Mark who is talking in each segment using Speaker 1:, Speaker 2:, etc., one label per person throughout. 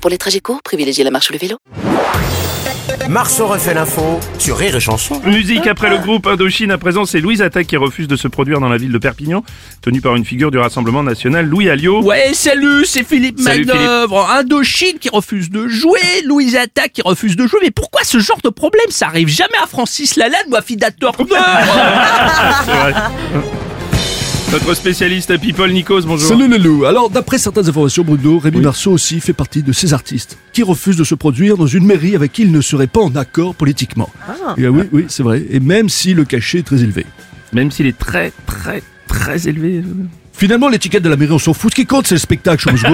Speaker 1: Pour les trajets courts, privilégiez la marche ou le vélo.
Speaker 2: Marceau refait l'info sur Rire et Chanson.
Speaker 3: Musique après le groupe Indochine, à présent c'est Louise Attaque qui refuse de se produire dans la ville de Perpignan, tenue par une figure du Rassemblement National, Louis Alliot.
Speaker 4: Ouais, salut, c'est Philippe
Speaker 3: Salut,
Speaker 4: Manœuvre. Indochine qui refuse de jouer, Louise Attaque qui refuse de jouer. Mais pourquoi ce genre de problème Ça arrive jamais à Francis Lalanne ou à Fida Turner
Speaker 3: C'est vrai. Notre spécialiste à People, Nikos, bonjour.
Speaker 5: Salut les loups. Alors, d'après certaines informations, Bruno, Rémi Marceau aussi fait partie de ces artistes qui refusent de se produire dans une mairie avec qui ils ne seraient pas en accord politiquement.
Speaker 3: Ah.
Speaker 5: Et, euh, oui, oui, c'est vrai. Et même si le cachet est très élevé.
Speaker 3: Même s'il est très, très, très élevé. euh,
Speaker 5: Finalement, l'étiquette de la mairie, on s'en fout. Ce qui compte, c'est le spectacle, chose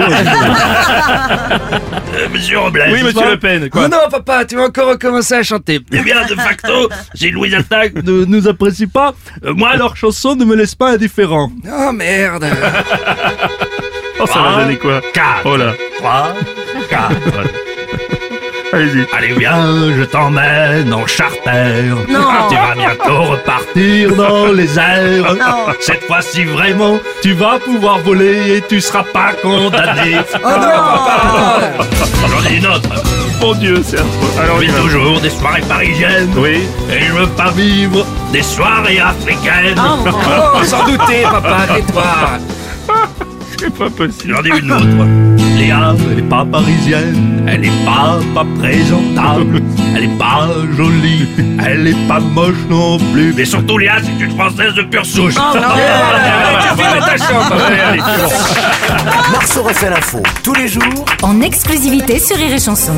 Speaker 6: Monsieur Robles.
Speaker 3: Oui, monsieur Le Pen, quoi.
Speaker 6: non, papa, tu vas encore recommencer à chanter. Eh bien, de facto, si Louise Attaque ne nous apprécie pas, euh, moi alors.
Speaker 5: chanson ne me laisse pas indifférent.
Speaker 6: Oh merde.
Speaker 3: Oh, ça va donner quoi
Speaker 6: Quatre.
Speaker 3: Oh là.
Speaker 6: Trois, quatre.
Speaker 3: Allez-y.
Speaker 6: Allez, viens, je t'emmène en charter. Tu vas bientôt repartir dans les airs. euh, Cette fois-ci, vraiment, tu vas pouvoir voler et tu seras pas condamné. Oh non J'en ai une autre.
Speaker 3: Mon Dieu, c'est affreux. Alors,
Speaker 6: Puis
Speaker 3: il va.
Speaker 6: toujours des soirées parisiennes.
Speaker 3: Oui.
Speaker 6: Et je veux pas vivre des soirées africaines.
Speaker 4: Sans douter, papa, tais-toi
Speaker 3: C'est pas possible.
Speaker 6: J'en ai une autre. Léa, elle est pas parisienne, elle est pas, pas présentable, elle est pas jolie, elle est pas moche non plus. Mais surtout Léa, c'est une française de pure souche.
Speaker 2: Marceau refait l'info tous les jours
Speaker 7: en exclusivité sur Rire et Chanson.